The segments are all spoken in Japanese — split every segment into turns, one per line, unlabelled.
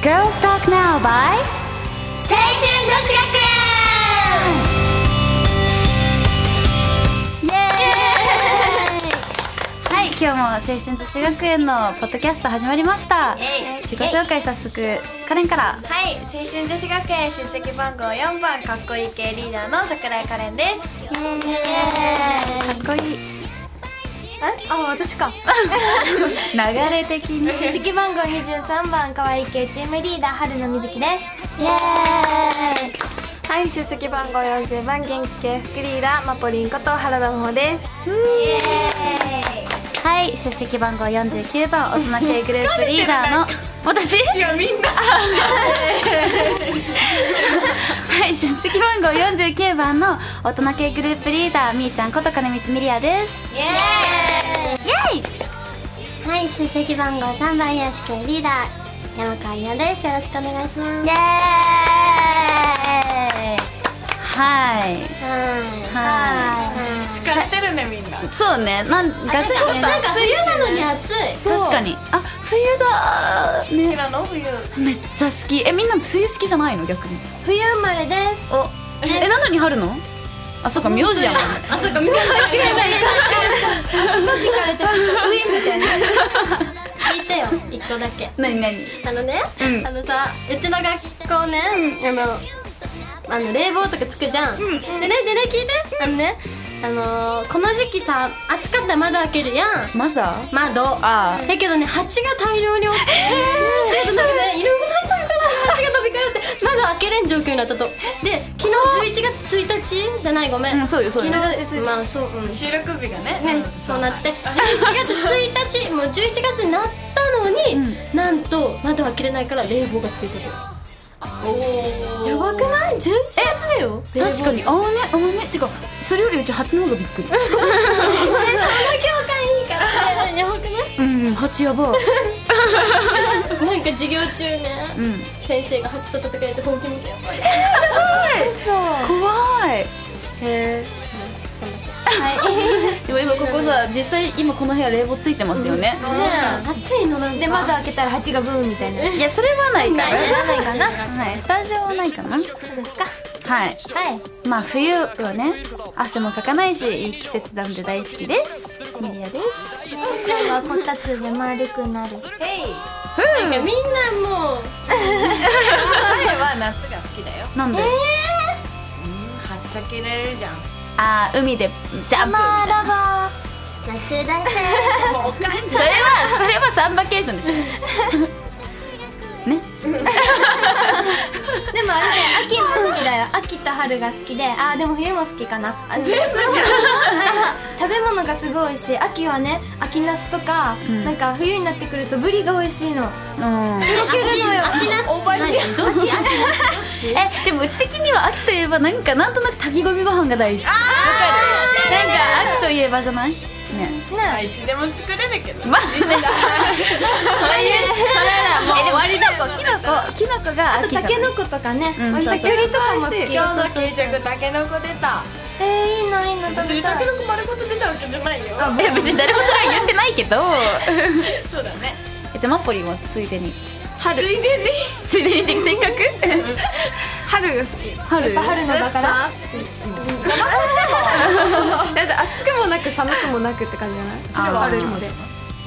Girls Talk Now by
青春女子学
イエーイはい今日も青春女子学園のポッドキャスト始まりました
イエイ
自己紹介早速カレンから
はい、青春女子学園出席番号4番かっこいい系リーダーの桜井可憐です
かっこいい
園あ、私 か
流れ的に
出席番号23番可愛い系チームリーダー春野瑞希ですイエー
はい、出席番号40番元気系副リーダーマポリンこと原田穂です
イイエ
はい出席番号49番大人系グループリーダー の私
いや、みんな
はい出席番号49番の大人系グループリーダーみーちゃんこと金光みりあです
イエ
イエイ
ーイはい、出席番号3番よし系リーダー山川里奈ですよろしくお願いしますイエーイ
はい
はい
ーイ疲れてるね、みんな
そうねなんガチャ
なんか冬なのに暑い
確かにあ冬だー
好
ね
きなの冬
めっちゃ好きえみんな梅雨好きじゃないの逆に
冬生まれです
おえなのに春のあそうか名字やもんね
あ、そうか、みんな聞れない なんか、あ、すごく聞かれて、ちょっと上みたいな。 聞いてよ、一個だけ。
何何
あのね、
うん
あのさ、うちの学校ね、あの、あの冷房とかつくじゃん。でね、でね、聞いて、あのね、あのーこの時期さ、暑かったら窓開けるやん。
マザ
窓。
あー
だけどね、蜂が大量におって、ちょっとそれね、いろんなとこから蜂が飛び交って、窓開けれん状況になったと。で、昨日11月1日じゃない、ごめん。
うんそうよそうよ
昨日、まあそう、うん。
収録日がね
ね、そうなって11月1日もう11月になったのに、なんと窓開けれないから冷房がついてる
おー
やばくない11月だよ冷房
確かに青ね青ねってかそれよりうち初の方がびっくり
その業界いいからねやばく な
うん蜂やば
いなんか授業中ね、
うん
先生が蜂と戦えて本気見たよ
怖い
へえはい
でも今ここさ実際今この部屋冷房ついてますよね、
ね暑いのなんかで窓開けたら蜂がブーみたいない
やそれはないかな
ないかなは
はいスタジオはないかな
ですか
はい
はい
まあ冬はね汗もかかないしいい季節なんで大好きですミリアです
今日は こたつで丸くなる
ヘイ
なんかみんなもう
彼は夏が好きだよ
なんで、
はっちゃけれるじゃん
あー海でジャンプ
あらば夏だね
もうおかん
それはそれはサンバケーションでしょ ね
でもあれだよ秋も好きだよ秋と春が好きであーでも冬も好きかなあ全部じゃん 食べ物がすごい美味しい秋はね秋ナスとか、
ん
なんか冬になってくるとブリが美味しいの
うん
できるのよ秋ナ
おばちゃん
どっち秋
えでもうち的には秋といえばなんかなんとなく炊き込みご飯が大好きわかるなんか秋といえばじゃないね
まあいつでも作れるけど
マジ でそういうそれだもう終わりだキノコキノコが
あと
秋じゃ
タ
ない
ケノコとかね、
うん
おしゃくりとかも好きえー、いい
今日の給食たけのこ出た
のいいの食
別
べ
に
た
た
い
けのこ丸ごと出たわけじゃないよ
え別に誰もそれは言ってないけど
そうだね
えじゃあマッポリンもついでに
ついでに
ついでにってせっかく
春が好き
春
春のだから
だって暑くもなく寒くもなくって感じじゃないそれは春ので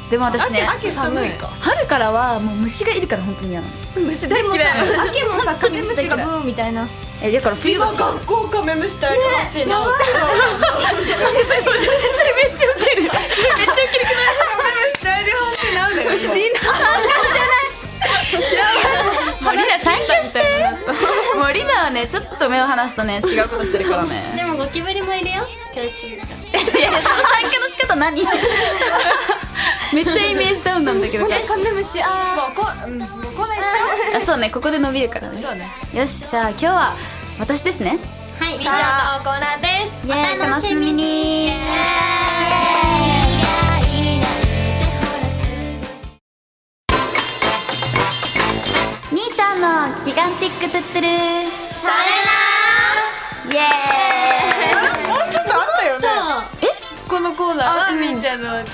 でも私ね
秋寒いか
春からはもう虫がいるから本当に嫌なの
虫大
でも
嫌い
さ秋もさカメムシがブーみたいな
えだから冬
今
はさ
学校カメムシ大会しい な、それめっちゃウケるそれめっちゃウケるくないカメムシ大量発生なんだよ今
もうリナ参加してもうリナはねちょっと目を離すとね違うことしてるからね
でもゴキブリもいるよ共通
いや参加の仕方何めっちゃイメージダウンなんだけど
本当にカメムシあー
もうこ、うん、もうこないと
あそうねここで伸びるからね
そうね
よっしゃ今日は私ですね
はい、
みーちゃんのコーナーです
イエーイ楽しみにみーちゃんのギガンティックトゥットゥル
それな
イエーイ
あれもうちょっとあったよね
ー
このコーそうだ
あう
な、
ん
みーちゃんのね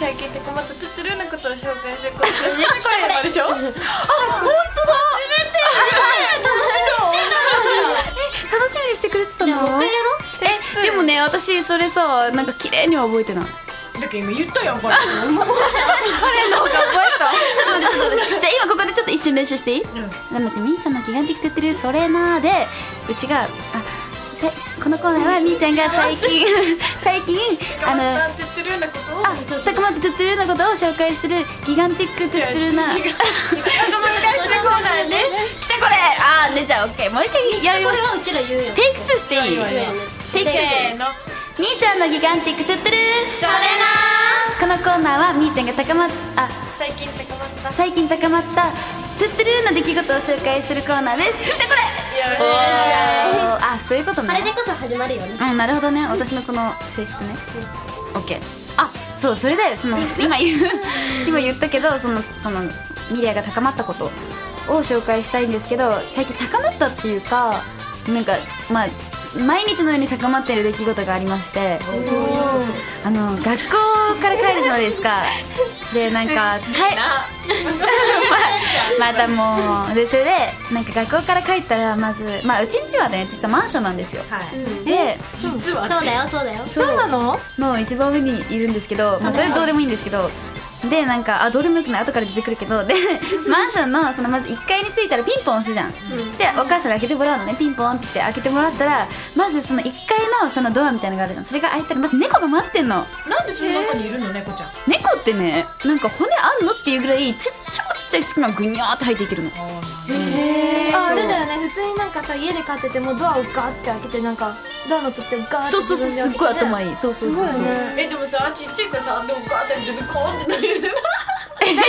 最近高まったトゥトゥルーなことを紹介する ことです
ね
これこれでしょあ、本当だ
楽しみにしてくれてたの
じゃあもう一回やろう
えでもね私それさなんか綺麗には覚えてない
だけど今言ったやんこれ
ちょっと待ってちょっと待ってじゃあ今ここでちょっと一瞬練習していい、なのでみーちゃんのギガンティックと言ってるそれなーでうちがあさこのコーナーはみーちゃんが最 近最近あ
あ
の
のトゥトゥルーなことを
あたくまってトゥットゥルーなことを紹介するギガンティックトゥットゥルーな
違う違う
仲間たちと紹介するね
来たこれあーねじゃあオッケーもう一回やる
こ
よ
れはうちら言うよね
テイク2していい
言うよね
テイク2
せーの
みーちゃんのギガンティックトゥットゥルーそれなーこのコーナーはみーちゃんが高まっあ
最近高まった
最近高まったトゥットゥルーな出来事を紹介するコーナーです来たこれ
いや
お
ね
ーあそういうことね
あれでこそ始まるよね
うんなるほどね私のこの性質ね OK あそうそれだよその今言う今言ったけどそのそのミリアが高まったことを紹介したいんですけど最近高まったっていうかなんかまあ毎日のように高まっている出来事がありましてあの学校から帰るじゃないですかでなん か帰またもうでそれでなんか学校から帰ったらまずまあうちんちはね実はマンションなんですよ
はい
で
実は
そうだよそうだよ
そうなの
の一番上にいるんですけど、まあ、それどうでもいいんですけどでなんかあどうでもよくない後から出てくるけど でマンションのそのまず1階に着いたらピンポン押すじゃん、でお母さんが開けてもらうのねピンポンって言って開けてもらったらまずその1階のそのドアみたいなのがあるじゃんそれが開いたらまず猫が待ってんの
なんでその中にいるの猫ちゃん
猫ってねなんか骨あんのっていうぐらいちっちゃ超ちっちゃい隙間がぐにゃーって入っていけるの
ああれだよね普通になんかさ家で飼っててもドアをガーって開けてなんかドアの取ってガーって
そうそうそうすっごい頭
いい
いいそうそう
す
そ
ご
う
いよね
えでもさちっちゃいからさでもガーッて出てこーってなる
自分で自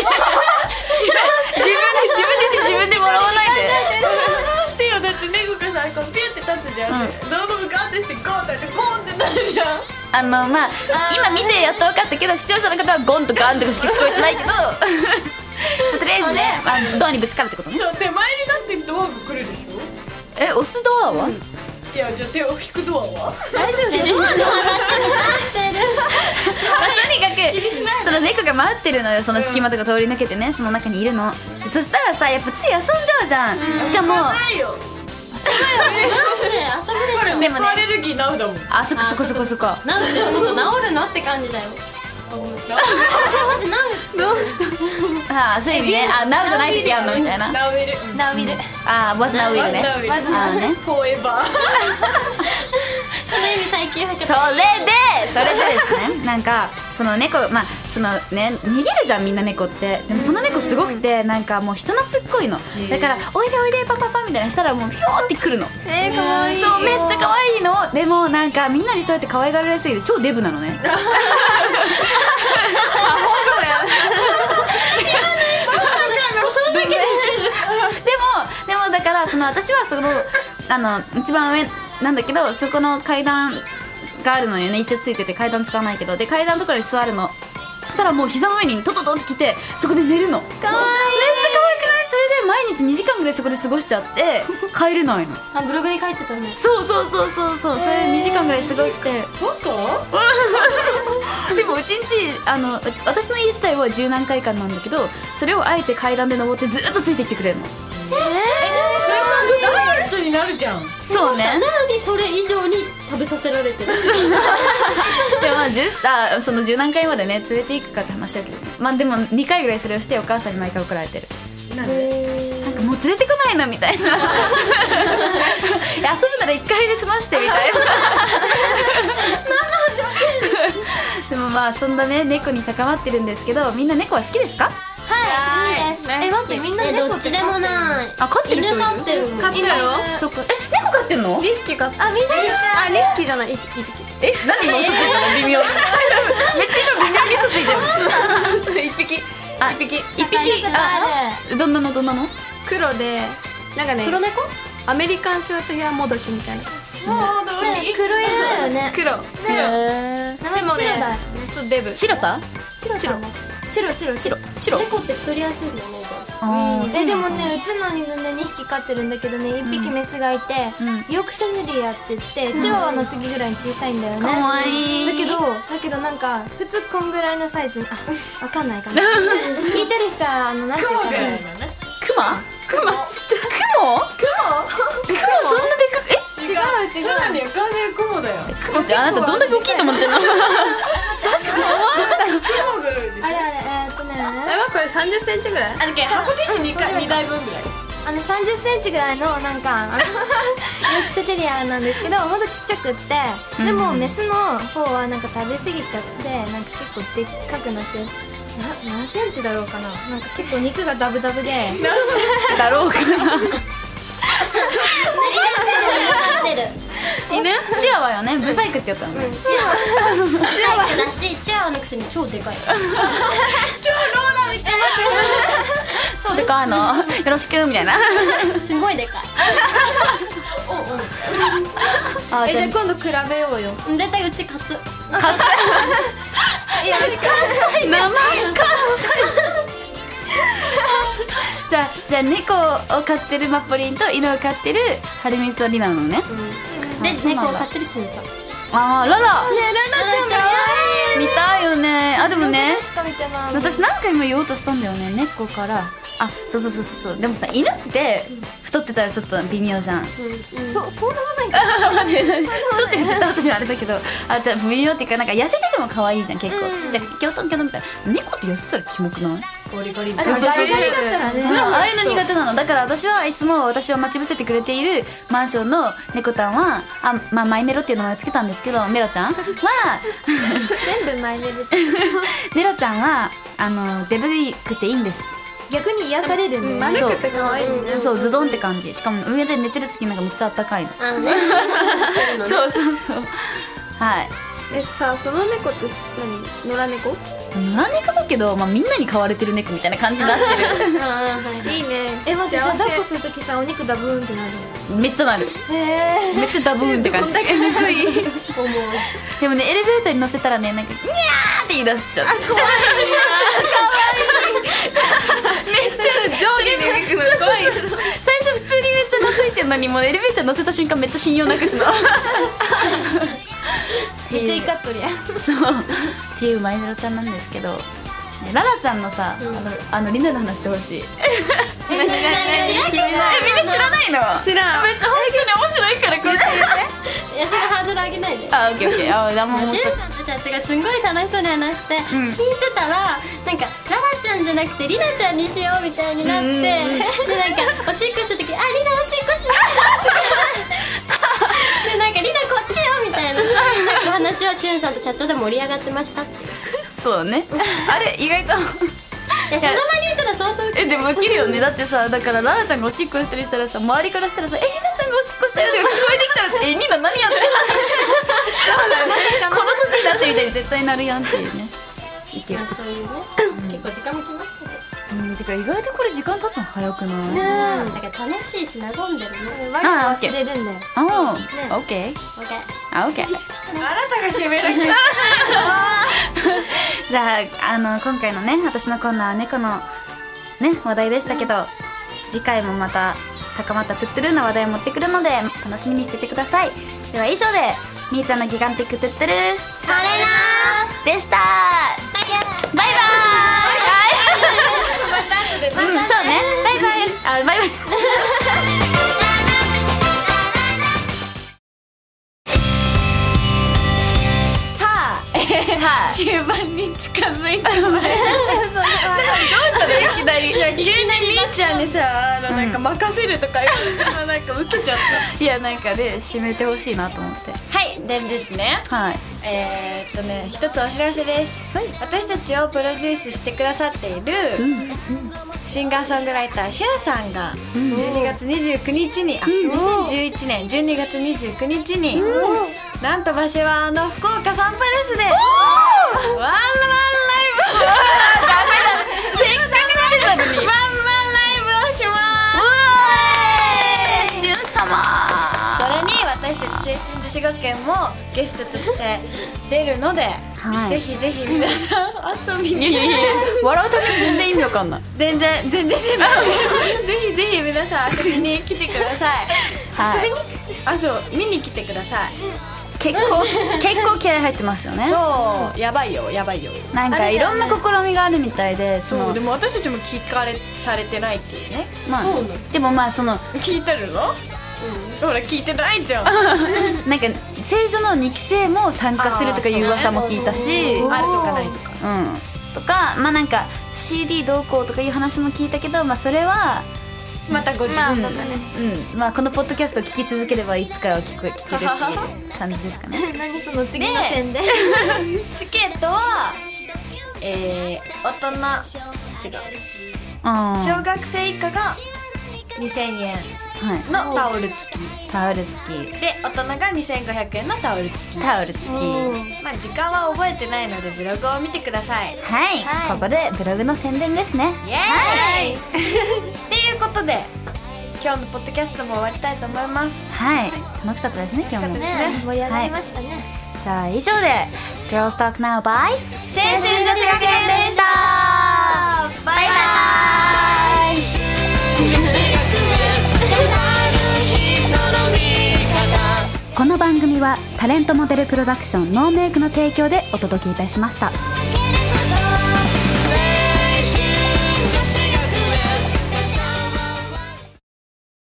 分で自分で笑わないで
どうしてよだって猫がさこうピュって立つじゃん、
うん
ドアノブガーッてしてゴーってやってゴーンってなるじゃん
あのまあ今見てやっと分かったけど視聴者の方はゴンとガンとかしか聞こえてない けどとりあえずねまあドアにぶつかるってことね
そう手前になってドアが来るでしょ
え押すドアはい
やじゃあ手を引くドアは
大丈夫だよ
ドアの話になってる
まあとにかくその猫が待ってるのよその隙間とか通り抜けてねその中にいるのでそしたらさやっぱつい遊んじゃうじゃんしかも
ないよ
なんで遊ぶでしょ
でも
ア
ね
レルギーな うだもん
あそっかそっかそっかそっか
なんでここ治るのって感じだよだってなん
ああそういう意味ねあナウじゃない時あんのみたいな
なウエル
なおみる
ああワズナウイルね
ナウエル
まず
ああね
フォーエバー
その意味最近入っ
それでそれでですねなんかその猫まあそのね逃げるじゃんみんな猫ってでもその猫すごくてなんかもう人懐っこいのだから「おいでおいでパパパ」みたいなしたらもうひょーって来るの
えー、かわいい
そうめっちゃ可愛いのでもなんかみんなにそうやって可愛がられすぎて超デブなのね
それだけで
でもでもだからその私はそのあの一番上なんだけどそこの階段があるのよね一応ついてて階段使わないけどで階段のところに座るのそしたらもう膝の上にトトトって来てそこで寝るの
かわ
めっちゃ可愛くないそれで毎日2時間ぐらいそこで過ごしちゃって帰れないの
いあブログに書いてたね
そうそうそうそうそうそれで2時間ぐらい過ごして
バカ
でもうちんちあのう私の家自体は十何回間なんだけどそれをあえて階段で登ってずっとついてきてくれるの
それさダイエットになるじゃん
そうね
なのにそれ以上に食べさせられてる
でもまあ十あその十何回までね連れていくかって話だけどまあでも2回ぐらいそれをしてお母さんに毎回怒られてる
なんで
なんかもう連れてこないのみたいないや遊ぶなら1回で済ましてみたいなでもまあそんなね猫に高まってるんですけどみんな猫は好きですか
はいいいですえ待ってみんな
え
猫
どっちでもない
あ飼ってる人いる
犬飼ってるもん
ってるよ
そっかえ猫飼ってんの
リッキーが
あみんな猫
あリッキーじゃない一匹
え何今嘘ついたの微妙にめっちゃ今微妙に嘘ついてる
一匹一
あ
匹
一匹
仲良く
あ
帰
どんなのどんなの
黒でなんかね
黒猫
アメリカンショートヘアもどきみたいな
もうどうに
黒色だよね
黒
へー
名前白だ
ちょっとデブ
白田
白ちゃんも
白
白白白
白
猫って太りやすいんだよね
あー
えでもねうちの犬ね2匹飼ってるんだけどね1匹メスがいて、
う
ヨークシャネリアって言ってチワワの次ぐらいに小さいんだよね
かわいい
だけ どだけどなんか普通こんぐらいのサイズあわかんないか な聞いてる人はあのなんていうかな
ね
クマクマちっちゃクモクモクモそんなでかくえ
違う違う
さらに浮かんでる雲だよ
クモってあなたどんだけ大きいと思ってんの
雲ぐらいでしょ
あれあれえーっとね
あれはこれ三十センチぐら
あ
い
のけ箱ティッシュ 2, 回二台分ぐらい
あの3 0センチぐらいのなんか あのヨークシャテリアなんですけどほんとちっちゃくってでもメスの方はなんか食べ過ぎちゃってなんか結構でっかくなってな何センチだろうかななんか結構肉がダブダブ で
だろうかな
猫になってる
犬チワワよねブサイクってやったのね
チワワだしチワワのくせに超でかい
そうでかいのよろしくみたいな
すごいでかい
あ
え
じ
じ
ゃ
ゃ
あ
あ今度比べようよ
絶対うち勝つ
いや私か
名前かじゃあ じゃあ猫を飼ってるマッポリンと犬を飼ってるハルミスとリナなのね
で
あそうなんだ
猫を飼ってるしみさん
あーララ
ララちゃんも
見たいよねあでも
こ
ね
れしか見てない
私何回も言おうとしたんだよね猫からあそうそうそうそうそうでもさ犬って太ってたらちょっと微妙じゃん
そそうでもないか
待って太って太った私はあれだけどあじゃあ微妙っていうかなんか痩せてても可愛いじゃん結構ちっちゃくキョトンキョトンみたいな猫って痩せたらキモくない
ゴリゴリ
あでも
そうそう
ガリガリだったらね
ああいうの苦手なのだから私はいつも私を待ち伏せてくれているマンションの猫たんはあ、まあ、マイメロっていう名前をつけたんですけどメロちゃんは
全部前で出ちゃう
メロちゃんはあのデブくていいんです
逆に癒されるんだよね
そう
って可愛いね
そうズドンって感じしかも上で寝てる時なんかめっちゃあったかいの
あのね
そうそうそうはい
えさその猫って何野良猫
野良猫だけど、まあ、みんなに飼われてる猫みたいな感じになって
いいね
え待ってじゃあ
幸せ
抱っこするときさお肉ダブーンってなる
るめっちゃなる
へえ
めっちゃダブーンって感じで
思う
もねエレベーターに乗せたらねなんか「にゃー!」って言い出しちゃ う
上下に動くの怖い
最初普通にめっちゃ懐いてるのにもうエレベーター乗せた瞬間めっちゃ信用なくすの
めっちゃ怒っとるやん
そうっていうマイメロちゃんなんですけどねララちゃんのさ、あのあのリナの話してほしい
え何 何何
えみんな知らないの
知らん
めっちゃ本当に面白いからこれ
いやそれハードル上げないで
あオッケーオッケーあ何も面
シ
白
ル
い
さんとシャチがすんごい楽しそうに話して、聞いてたらなんかララちゃんじゃなくてリナちゃんにしようみたいになって、でなんかおしっこした時「あリナおしっこした」でなんか「リナこっちよ」みたいなそういうなんか話をしゅんさんと社長で盛り上がってましたってい
そうねあれ意外と
やその場にいたら相当ウケ
えでもウケるよねだってさだからララちゃんがおしっこしたりしたらさ周りからしたらさ「えリナちゃんがおしっこしたよ」って聞こえてきたら「えリナ何やってんの?」
まさか
この
の
年になってみたいに絶対なるやんっていうねいける
まあそういうね結構時間もきましたけ
うん、てか意外とこれ時間経つの早くない、
ど、だから楽しいし和んでるね
我が忘れるんだよ
ああ、オッケー
もう一回
あオッケー
あなたが締め なきゃ
じゃああの今回のね私のコーナーは猫のね話題でしたけど、次回もまた高まったトゥットゥルーの話題を持ってくるので楽しみにしててくださいでは以上でみーちゃんのギガンティックトゥットゥルー
それな
でした
ー
バイバーイバイバイうん、そうねバイバイあバイバ イ
さあ
はい
終盤に近づいた
いきなり
急にみーちゃんにさあのなんか任せるとか言うのなんか受けちゃっ
いやなんかで、ね、締めてほしいなと思って
たはいでですね
はい
えー、っとね一つお知らせです、私たちをプロデュースしてくださっている、シンガーソングライターしゅんさんが12月29日に、あ2011年12月29日に、なんと場所はあの福岡サンパレスでワンワンライブダメだせっかく出てたのにワンワンライブをします
しゅん様
それに私たち青春女子学園もゲストとして出るので、
は
ぜ
い
ひぜひ皆さん遊び
いやい
に
やいや笑うために全然意味わかんない
全然全然全然ぜひぜひ皆さん遊びに来てください
はい
あそう見に来てください
結構結構気合入ってますよね
そうやばいよやばいよ
なんかいろんな試みがあるみたいでそ
そう
の
でも私たちも聞かれされてないっていうね
まあでもまあその
聞いてるの、ほら聞いてないじゃん
なんか聖女の2期生も参加するとかいう噂も聞いたし
あるとかないとか
うんとかまあなんか CD 同行とかいう話も聞いたけどまあそれは
またご自分の、
うんまあこのポッドキャストを聞き続ければいつかは聞く聞けるっていう感じです かね
何その次の線 で、
チケットはえー、大人違う
あ
小学生以下が2000円
あはい
のタオル付き
タオル付き
で大人が2500円のタオル付き
タオル付き
まあ時間は覚えてないのでブログを見てください
はい、ここでブログの宣伝ですね
イエーイ、 っていうことで今日のポッドキャストも終わりたいと思います
はい楽しかったですね今日も
ね、盛り上がりましたね、
じゃあ以上で「Girls Talk Now by
青春女子学園でしたバイバイ
この番組はタレントモデルプロダクションノーメイクの提供でお届けいたしまし
「
た
君の声が聞きたい」